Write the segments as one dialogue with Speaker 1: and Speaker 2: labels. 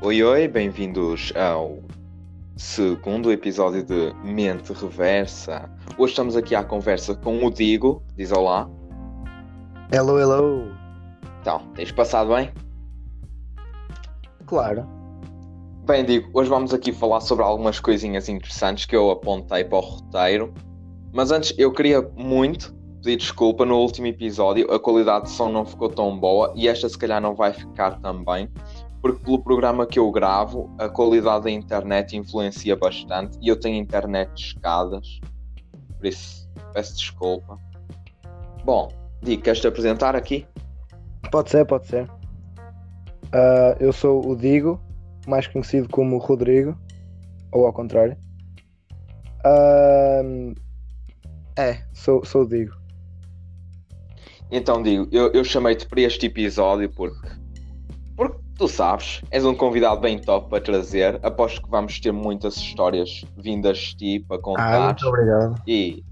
Speaker 1: Oi, oi, bem-vindos ao segundo episódio de Mente Reversa. Hoje estamos aqui à conversa com o Digo. Diz olá.
Speaker 2: Hello, hello.
Speaker 1: Então, tens passado bem?
Speaker 2: Claro.
Speaker 1: Bem, Digo, hoje vamos aqui falar sobre algumas coisinhas interessantes que eu apontei para o roteiro. Mas antes, eu queria muito pedir desculpa no último episódio. A qualidade de som não ficou tão boa e esta, se calhar, não vai ficar tão bem porque pelo programa que eu gravo, a qualidade da internet influencia bastante e eu tenho internet de escadas, por isso peço desculpa. Bom, Digo, queres-te apresentar aqui?
Speaker 2: Pode ser, pode ser. Ah, eu sou o Digo, mais conhecido como Rodrigo, ou ao contrário. Ah, é, sou, sou o Digo.
Speaker 1: Então, Digo, eu, eu chamei-te para este episódio porque. Porque tu sabes, és um convidado bem top para trazer. Aposto que vamos ter muitas histórias vindas de ti para
Speaker 2: Ah,
Speaker 1: contar.
Speaker 2: muito obrigado.
Speaker 1: E.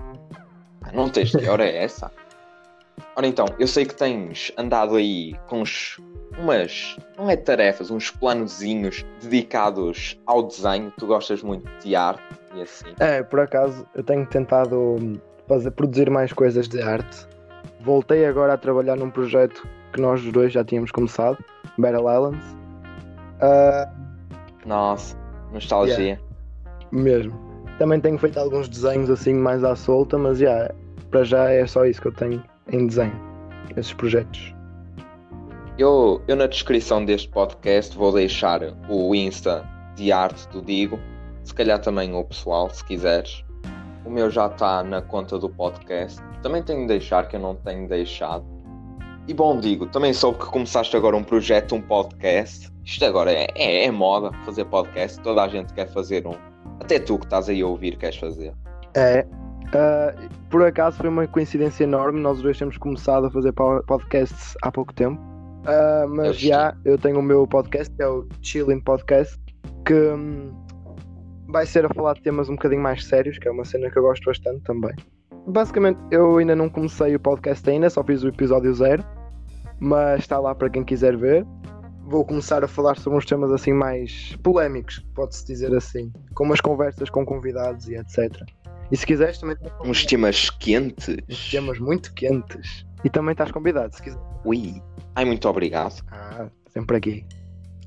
Speaker 1: Ah, Não tens que hora é essa? Ora então, eu sei que tens andado aí com uns, umas. não é tarefas, uns planozinhos dedicados ao desenho. Tu gostas muito de arte e assim.
Speaker 2: É, por acaso, eu tenho tentado fazer, produzir mais coisas de arte. Voltei agora a trabalhar num projeto que nós os dois já tínhamos começado, Battle Islands. Ah,
Speaker 1: Nossa, nostalgia.
Speaker 2: Mesmo. Também tenho feito alguns desenhos assim mais à solta, mas já, para já é só isso que eu tenho em desenho, esses projetos.
Speaker 1: Eu, eu na descrição deste podcast vou deixar o Insta de arte do Digo. Se calhar também o pessoal, se quiseres. O meu já está na conta do podcast. Também tenho de deixar que eu não tenho deixado. E bom, Digo, também soube que começaste agora um projeto, um podcast. Isto agora é, é, é moda fazer podcast. Toda a gente quer fazer um. Até tu que estás aí a ouvir queres fazer.
Speaker 2: É. ah, por acaso foi uma coincidência enorme, nós os dois temos começado a fazer po- podcasts há pouco tempo. Ah, mas
Speaker 1: Eu
Speaker 2: já, eu tenho o meu podcast, que é o Chilling Podcast, que hum, vai ser a falar de temas um bocadinho mais sérios, que é uma cena que eu gosto bastante também. Basicamente, eu ainda não comecei o podcast ainda, só fiz o episódio zero, mas está lá para quem quiser ver. Vou começar a falar sobre uns temas assim mais polémicos, pode-se dizer assim, com umas conversas com convidados e etc. E se quiseres também tens
Speaker 1: Uns temas Um quentes.
Speaker 2: uns temas muito quentes. E também estás convidado, se quiser.
Speaker 1: Ui. Ai, muito obrigado.
Speaker 2: Ah, sempre aqui.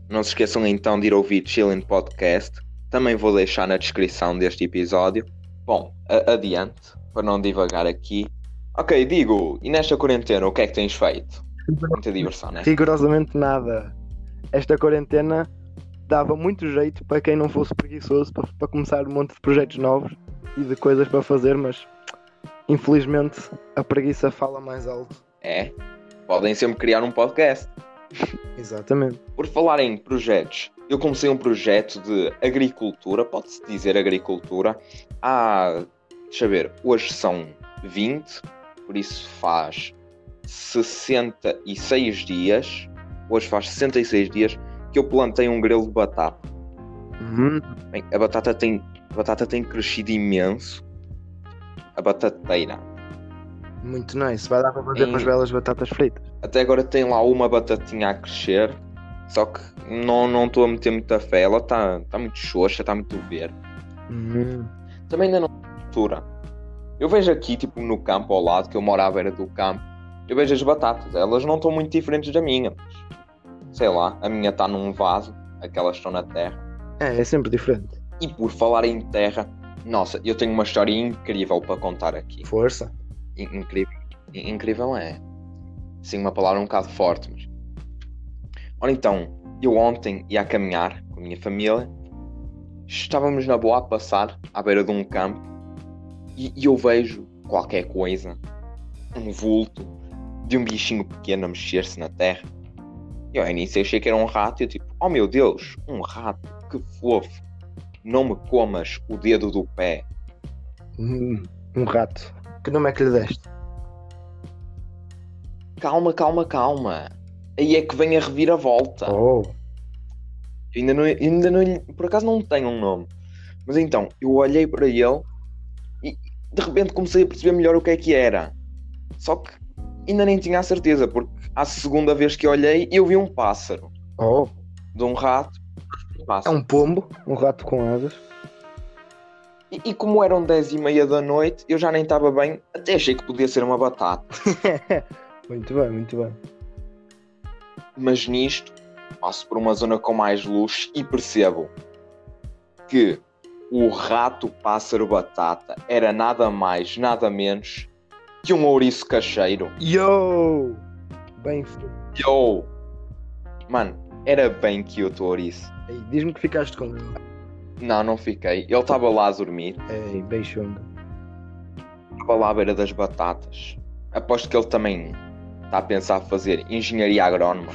Speaker 1: Não se esqueçam então de ir ouvir Chillin Podcast. Também vou deixar na descrição deste episódio. Bom, a- adiante, para não divagar aqui. Ok, digo, e nesta quarentena o que é que tens feito? Muita diversão, né?
Speaker 2: rigorosamente nada. Esta quarentena dava muito jeito para quem não fosse preguiçoso para, para começar um monte de projetos novos e de coisas para fazer, mas infelizmente a preguiça fala mais alto.
Speaker 1: É? Podem sempre criar um podcast.
Speaker 2: Exatamente.
Speaker 1: Por falar em projetos, eu comecei um projeto de agricultura, pode-se dizer agricultura, há, deixa eu ver, hoje são 20, por isso faz 66 dias, hoje faz 66 dias que eu plantei um grelo de batata.
Speaker 2: Uhum.
Speaker 1: Bem, a batata tem, a batata tem crescido imenso, a batateira.
Speaker 2: Muito nice. Vai dar para fazer
Speaker 1: Em-
Speaker 2: umas belas batatas fritas.
Speaker 1: Até agora tem lá uma batatinha a crescer, só que não não estou a meter muita fé, ela está tá muito xoxa, está muito verde.
Speaker 2: Hum.
Speaker 1: também ainda não altura. Eu vejo aqui, tipo, no campo ao lado, que eu moro à beira do campo, eu vejo as batatas. Elas não estão muito diferentes da minha, mas sei lá, a minha está num vaso, aquelas estão na terra.
Speaker 2: É, é sempre diferente.
Speaker 1: E por falar em terra, nossa, eu tenho uma história incrível para contar aqui.
Speaker 2: Força.
Speaker 1: In- Incrível. In- Incrível é. Sim, uma palavra um bocado forte, mas. Ora então, eu ontem ia a caminhar com a minha família, estávamos na boa a passar à beira de um campo e, e eu vejo qualquer coisa, um vulto de um bichinho pequeno a mexer-se na terra. Eu ao início achei que era um rato e eu tipo, oh meu Deus, um rato, que fofo, não me comas o dedo do pé.
Speaker 2: Hum, um rato. Que nome é que lhe deste?
Speaker 1: Calma, calma, calma. Aí é que vem a reviravolta.
Speaker 2: Oh.
Speaker 1: Eu Ainda não, ainda não, lhe- por acaso não tem um nome. Mas então, eu olhei para ele e de repente comecei a perceber melhor o que é que era. Só que ainda nem tinha a certeza, porque à segunda vez que olhei eu vi um pássaro.
Speaker 2: Oh.
Speaker 1: de um rato. Um
Speaker 2: É
Speaker 1: pássaro.
Speaker 2: um pombo, um rato com asas.
Speaker 1: E, e como eram 10 e meia da noite, eu já nem estava bem, até achei que podia ser uma batata.
Speaker 2: Muito bem, muito bem.
Speaker 1: mas nisto passo por uma zona com mais luz e percebo que o rato pássaro batata era nada mais, nada menos que um ouriço cacheiro.
Speaker 2: Yo! Bem feito.
Speaker 1: Yo! Mano, era bem cute o ouriço.
Speaker 2: Ei, Diz-me que ficaste com ele.
Speaker 1: Não, não fiquei. Ele estava lá a dormir,
Speaker 2: Ei, beijunga.
Speaker 1: estava lá à beira das batatas. Aposto que ele também está a pensar fazer engenharia agrónoma.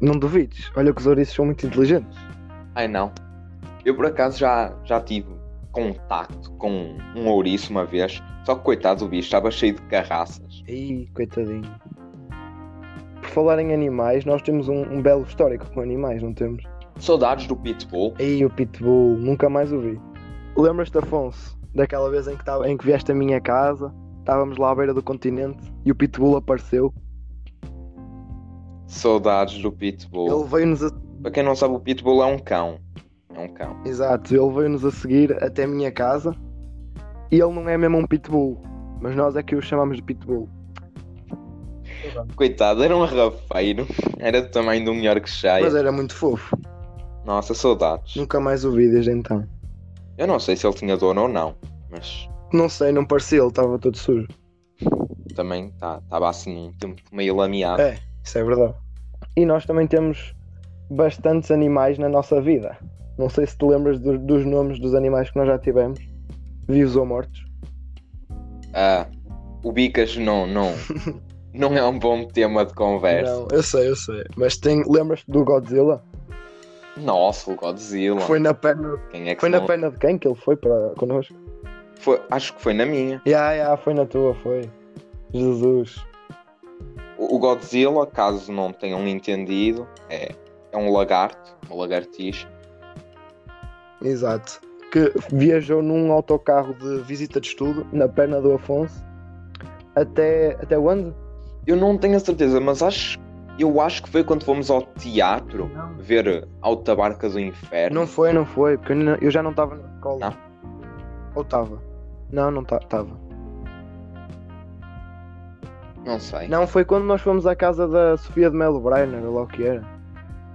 Speaker 2: Não duvides. Olha que os ouriços são muito inteligentes.
Speaker 1: Ai não. Eu por acaso já, já tive contacto com um ouriço uma vez, só que coitado do bicho, estava cheio de carraças.
Speaker 2: Ei, coitadinho. Por falar em animais, nós temos um, um belo histórico com animais, não temos?
Speaker 1: Saudades do Pitbull.
Speaker 2: Ei, o Pitbull, nunca mais o vi. Lembras-te, Afonso, daquela vez em que, tava- em que vieste à minha casa, estávamos lá à beira do continente e o Pitbull apareceu?
Speaker 1: Saudades do Pitbull.
Speaker 2: Ele veio-nos a...
Speaker 1: Para quem não sabe, o Pitbull é um cão. É um cão.
Speaker 2: Exato, ele veio-nos a seguir até a minha casa e ele não é mesmo um Pitbull, mas nós é que o chamamos de Pitbull.
Speaker 1: Coitado, era um rafeiro. Era do tamanho do melhor que cheio.
Speaker 2: Mas é- era muito fofo,
Speaker 1: Nossa, saudades.
Speaker 2: nunca mais o vi desde então.
Speaker 1: Eu não sei se ele tinha dono ou não, mas
Speaker 2: Não sei, não parecia, ele estava todo sujo.
Speaker 1: também estava assim um tempo meio lameado.
Speaker 2: É. Isso é verdade. E nós também temos bastantes animais na nossa vida. Não sei se te lembras do- dos nomes dos animais que nós já tivemos, vivos ou mortos.
Speaker 1: Ah, o Bicas não, não, não é um bom tema de conversa.
Speaker 2: Não, eu sei, eu sei. Mas tem, lembras-te do Godzilla?
Speaker 1: Nossa, o Godzilla.
Speaker 2: Que foi na perna,
Speaker 1: Quem é que
Speaker 2: foi
Speaker 1: não-
Speaker 2: na perna de quem que ele foi para connosco?
Speaker 1: Foi- Acho que foi na minha.
Speaker 2: Ya, ya, foi na tua, foi. Jesus.
Speaker 1: O o Godzilla, caso não tenham entendido, é, é um lagarto, uma lagartixa.
Speaker 2: Exato. Que viajou num autocarro de visita de estudo na perna do Afonso até até onde?
Speaker 1: Eu não tenho a certeza, mas acho, eu acho que foi quando fomos ao teatro ver eh, Alta Barca do Inferno.
Speaker 2: Não foi, não foi, porque eu, não- eu já não estava na escola.
Speaker 1: Não?
Speaker 2: Ou estava? Não, não estava.
Speaker 1: Não sei.
Speaker 2: Não, foi quando nós fomos à casa da Sofia de Melo Breiner, ou lá o que era.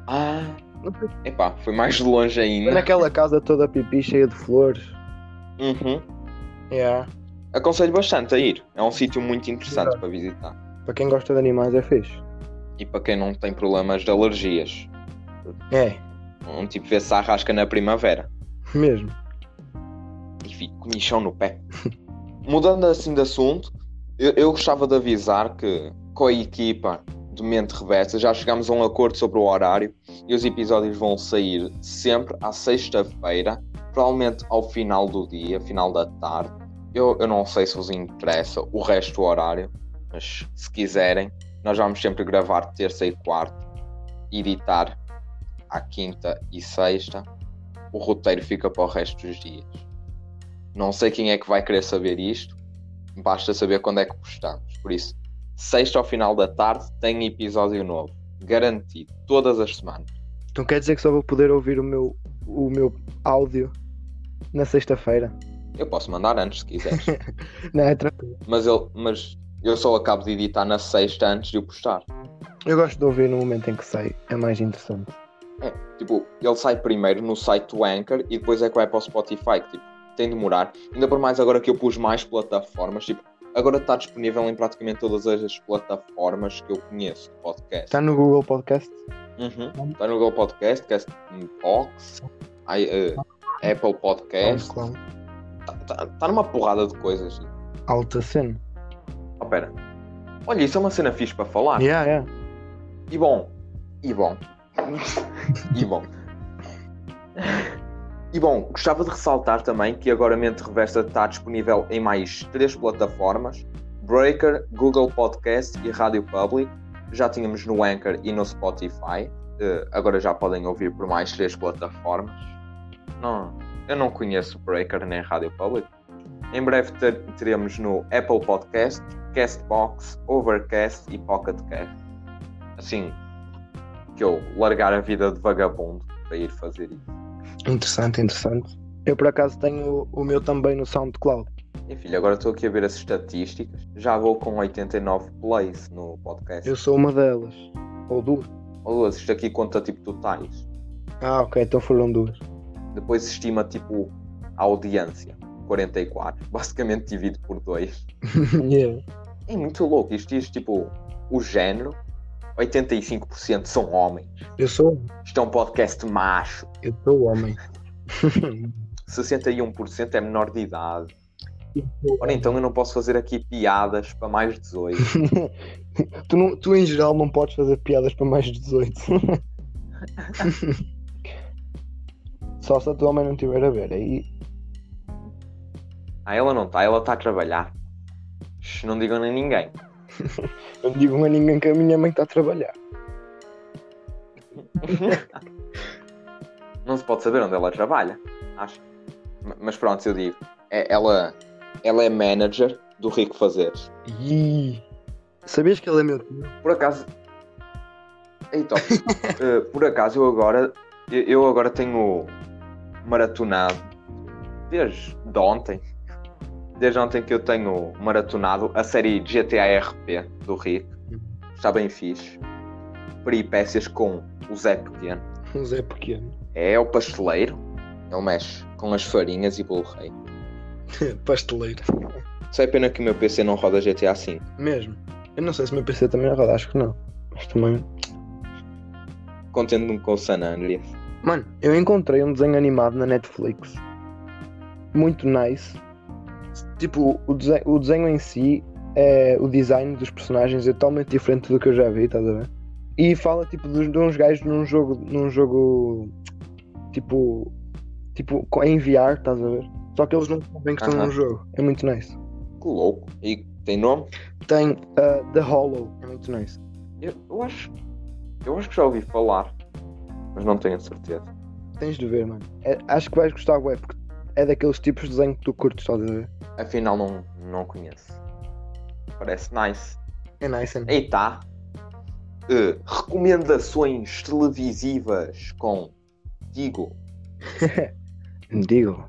Speaker 1: Ah,
Speaker 2: Não foi-
Speaker 1: epá, foi mais longe
Speaker 2: Foi
Speaker 1: ainda.
Speaker 2: naquela casa toda pipi, cheia de flores.
Speaker 1: Uhum.
Speaker 2: É.
Speaker 1: Aconselho bastante a ir. É um sítio muito interessante para visitar.
Speaker 2: Para quem gosta de animais é fixe.
Speaker 1: E para quem não tem problemas de alergias.
Speaker 2: É,
Speaker 1: Um tipo vê-se à rasca na primavera.
Speaker 2: mesmo.
Speaker 1: e fico com nichão no pé. Mudando assim de assunto, eu, eu gostava de avisar que com a equipa do Mente Reversa já chegámos a um acordo sobre o horário e os episódios vão sair sempre à sexta-feira, provavelmente ao final do dia, final da tarde. Eu, eu não sei se vos interessa o resto do horário, mas se quiserem, nós vamos sempre gravar terça e quarta, editar à quinta e sexta. O roteiro fica para o resto dos dias. Não sei quem é que vai querer saber isto. Basta saber quando é que postamos. Por isso, sexta ao final da tarde tem episódio novo. Garantido. Todas as semanas.
Speaker 2: Então quer dizer que só vou poder ouvir o meu, o meu áudio na sexta-feira?
Speaker 1: Eu posso mandar antes se quiseres.
Speaker 2: Não, é tranquilo.
Speaker 1: mas, eu, mas eu só acabo de editar na sexta antes de o postar.
Speaker 2: Eu gosto de ouvir no momento em que sai, é mais interessante.
Speaker 1: Tipo, ele sai primeiro no site do Anchor e depois é que vai para o Spotify. Que, tipo, tem de demorar. Ainda por mais agora que eu pus mais plataformas. Tipo, agora está disponível em praticamente todas as plataformas que eu conheço de podcast.
Speaker 2: Está no Google Podcast?
Speaker 1: Uhum. Está no Google Podcast, Castbox, I, eh, Apple Podcast.
Speaker 2: Claro.
Speaker 1: Está tá, tá numa porrada de coisas.
Speaker 2: Alta cena.
Speaker 1: Oh, pera. Olha, isso é uma cena fixe para falar.
Speaker 2: Yeah, yeah.
Speaker 1: E bom. E bom. e bom. E bom, gostava de ressaltar também que agora Mente Reversa está disponível em mais três plataformas: Breaker, Google Podcast e Rádio Public. Já tínhamos no Anchor e no Spotify. Eh, agora já podem ouvir por mais três plataformas. Não, eu não conheço Breaker nem Rádio Public. Em breve ter- teremos no Apple Podcast, Castbox, Overcast e Pocket Cast. Assim, que eu largar a vida de vagabundo para ir fazer isso.
Speaker 2: Interessante, interessante. Eu por acaso tenho o, o meu também no SoundCloud.
Speaker 1: E filho, agora estou aqui a ver as estatísticas. Já vou com 89 plays no podcast.
Speaker 2: Eu sou uma delas. Ou duas.
Speaker 1: Ou duas, isto aqui conta tipo totais.
Speaker 2: Ah, ok, então foram duas.
Speaker 1: Depois se estima tipo a audiência, 44. Basicamente divido por 2.
Speaker 2: Yeah.
Speaker 1: É muito louco. Isto diz tipo o género. 85% são homens.
Speaker 2: Eu sou
Speaker 1: Isto é um podcast macho.
Speaker 2: eu sou homem.
Speaker 1: 61% é menor de idade. Ora então eu não posso fazer aqui piadas para mais 18.
Speaker 2: tu, não- tu em geral não podes fazer piadas para mais de 18. Só se a tua mãe não estiver a ver. Aí
Speaker 1: ah, ela não está, ela está a trabalhar. Shh, Não digam nem ninguém.
Speaker 2: eu não digo a ninguém que a minha mãe está a trabalhar.
Speaker 1: Não se pode saber onde ela trabalha, acho. M- Mas pronto, eu digo. É- ela, ela é manager do Rico Fazeres.
Speaker 2: Ih. Sabias que ele é meu tio?
Speaker 1: Por acaso. Então, eh, por acaso eu agora. eu- Eu agora tenho maratonado. Desde de ontem. Desde ontem que eu tenho maratonado a série GTA RP do Rico. Está bem fixe. Peripécias com o Zé Pequeno.
Speaker 2: Um Zé pequeno.
Speaker 1: É o pasteleiro. Ele mexe com as farinhas e bolo rei.
Speaker 2: Pasteleiro.
Speaker 1: Só é pena que o meu PC não roda GTA V.
Speaker 2: Mesmo. Eu não sei se o meu PC também é roda, acho que não. Mas também.
Speaker 1: Contendo-me com o San Andreas.
Speaker 2: Mano, eu encontrei um desenho animado na Netflix. Muito nice. Tipo, o, dese- o desenho em si, é, o design dos personagens é totalmente diferente do que eu já vi, estás a ver? E fala tipo de, de uns gajos num jogo, num jogo tipo, tipo co- em VR, estás a ver? Só que eles não sabem que estão
Speaker 1: Aham.
Speaker 2: num jogo. É muito nice.
Speaker 1: Que louco. E tem nome?
Speaker 2: Tem ah, The Hollow, é muito nice.
Speaker 1: Eu, eu acho. Eu acho que já ouvi falar. Mas não tenho certeza.
Speaker 2: Tens de ver, mano. É- acho que vais gostar, ué, porque é daqueles tipos de desenho que tu curtes, estás a ver?
Speaker 1: Afinal não, não conheço. Parece nice.
Speaker 2: É nice, é nice.
Speaker 1: Aí tá. Eh, recomendações televisivas com Digo.
Speaker 2: Digo.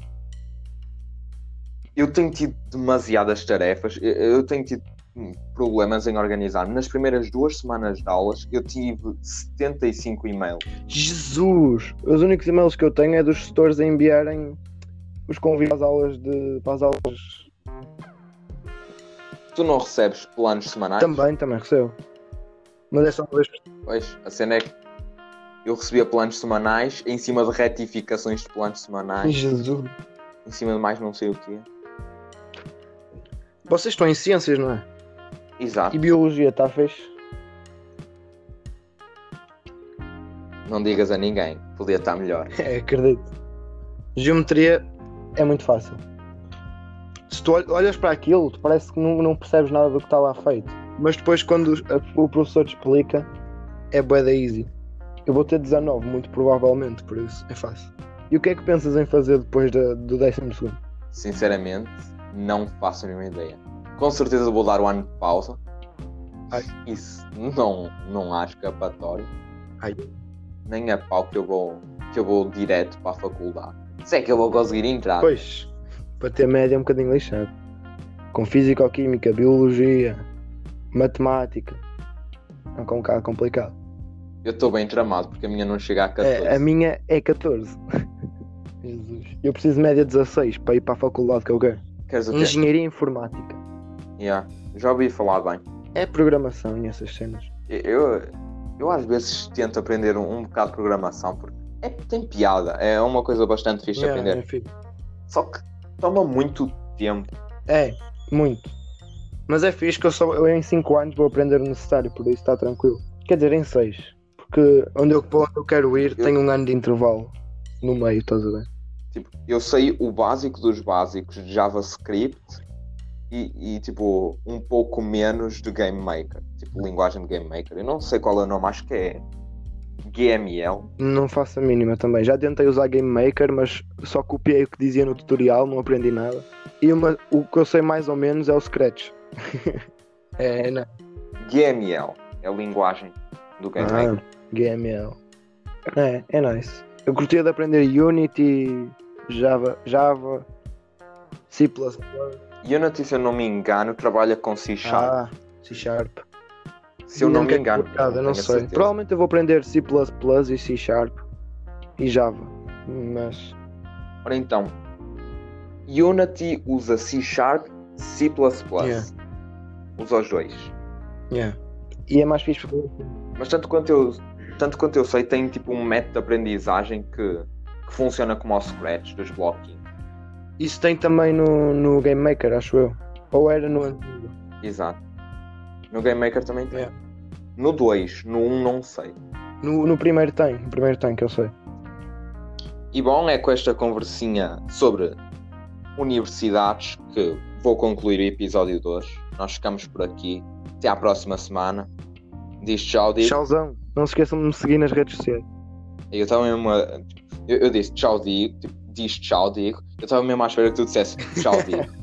Speaker 1: Eu tenho tido demasiadas tarefas, eu- eu tenho tido hum, problemas em organizar-me. Nas primeiras duas semanas de aulas, eu tive 75 e-mails.
Speaker 2: Jesus! Os únicos e-mails que eu tenho é dos setores a enviarem os convites às aulas de. para as aulas.
Speaker 1: Tu não recebes planos semanais?
Speaker 2: Também, também recebo. Mas é só uma vez por
Speaker 1: Pois, a cena é que eu recebia planos semanais em cima de retificações de planos semanais,
Speaker 2: Jesus!
Speaker 1: em cima de mais não sei o quê.
Speaker 2: Vocês estão em ciências, não é?
Speaker 1: Exato.
Speaker 2: E biologia, está fixe?
Speaker 1: Não digas a ninguém, podia estar melhor.
Speaker 2: É, acredito. Geometria é muito fácil. Se tu ol- olhas para aquilo, tu parece que não, não percebes nada do que está lá feito. Mas depois, quando os- a- o professor te explica, é bué da easy. Eu vou ter 19, muito provavelmente, por isso é fácil. E o que é que pensas em fazer depois da- do 12?
Speaker 1: Sinceramente, não faço a mínima ideia. Com certeza vou dar o ano de pausa.
Speaker 2: Ai.
Speaker 1: Isso não, não há escapatório.
Speaker 2: Ai.
Speaker 1: Nem a pau que eu vou, que eu vou direto para a faculdade. Se é que eu vou conseguir entrar.
Speaker 2: Pois, para ter média é um bocadinho lixado. Com físico-química, biologia, matemática. É um bocado complicado.
Speaker 1: Eu estou bem tramado porque a minha não chega a 14.
Speaker 2: É, a minha é 14. Jesus. Eu preciso de média 16 para ir para a faculdade que eu quero.
Speaker 1: Queres o quê?
Speaker 2: Engenharia Informática.
Speaker 1: Yeah. Já ouvi falar bem.
Speaker 2: É programação e essas cenas.
Speaker 1: Eu, eu às vezes tento aprender um, um bocado de programação porque é, tem piada, é uma coisa bastante fixe de
Speaker 2: Yeah,
Speaker 1: aprender.
Speaker 2: enfim.
Speaker 1: Só que toma muito tempo.
Speaker 2: É, muito. Mas é fixe que eu, só, eu em 5 anos vou aprender o necessário, por isso está tranquilo. Quer dizer, em 6. Porque onde eu, para onde eu quero ir tem um ano de intervalo no meio, estás a ver?
Speaker 1: Tipo, eu sei o básico dos básicos de JavaScript e, e, tipo um pouco menos de Game Maker, tipo linguagem de Game Maker. Eu não sei qual é o nome, acho que é GML.
Speaker 2: Não faço a mínima também. Já tentei usar Game Maker, mas só copiei o que dizia no tutorial, não aprendi nada. E uma- o que eu sei mais ou menos é o Scratch. é, não.
Speaker 1: GML é a linguagem do Game
Speaker 2: Ah, GML. É, é nice. Eu curtia de aprender Unity, Java, Java, C++.
Speaker 1: Unity, se eu não me engano, trabalha com C Sharp.
Speaker 2: Ah, C Sharp.
Speaker 1: se eu não
Speaker 2: Ah, Nunca
Speaker 1: me engano.
Speaker 2: colocado, eu não
Speaker 1: tenho
Speaker 2: sei.
Speaker 1: certeza.
Speaker 2: Provavelmente eu vou aprender C++ e C Sharp e Java. Mas
Speaker 1: Ora então, Unity usa C Sharp, C++.
Speaker 2: Yeah.
Speaker 1: Usa os dois.
Speaker 2: yeah. E é mais fixe porque
Speaker 1: Mas tanto quanto eu, tanto quanto eu sei, tem tipo um método de aprendizagem que, que funciona como ao Scratch, dos blocking.
Speaker 2: isso tem também no, no Game Maker, acho eu. Ou era no antigo.
Speaker 1: Exato. No Game Maker também tem.
Speaker 2: Yeah.
Speaker 1: No 2, no 1 um, não sei.
Speaker 2: No, no primeiro tem, no primeiro tem que eu sei.
Speaker 1: E bom, é com esta conversinha sobre universidades que vou concluir o episódio de hoje. Nós ficamos por aqui. Até à próxima semana. Diz tchau, Digo.
Speaker 2: Tchauzão. Não se esqueçam de me seguir nas redes sociais.
Speaker 1: Eu estava mesmo a... eu, eu disse tchau, Digo. Tipo, diz tchau, Digo. Eu estava mesmo à espera que tu dissesse tchau, Digo.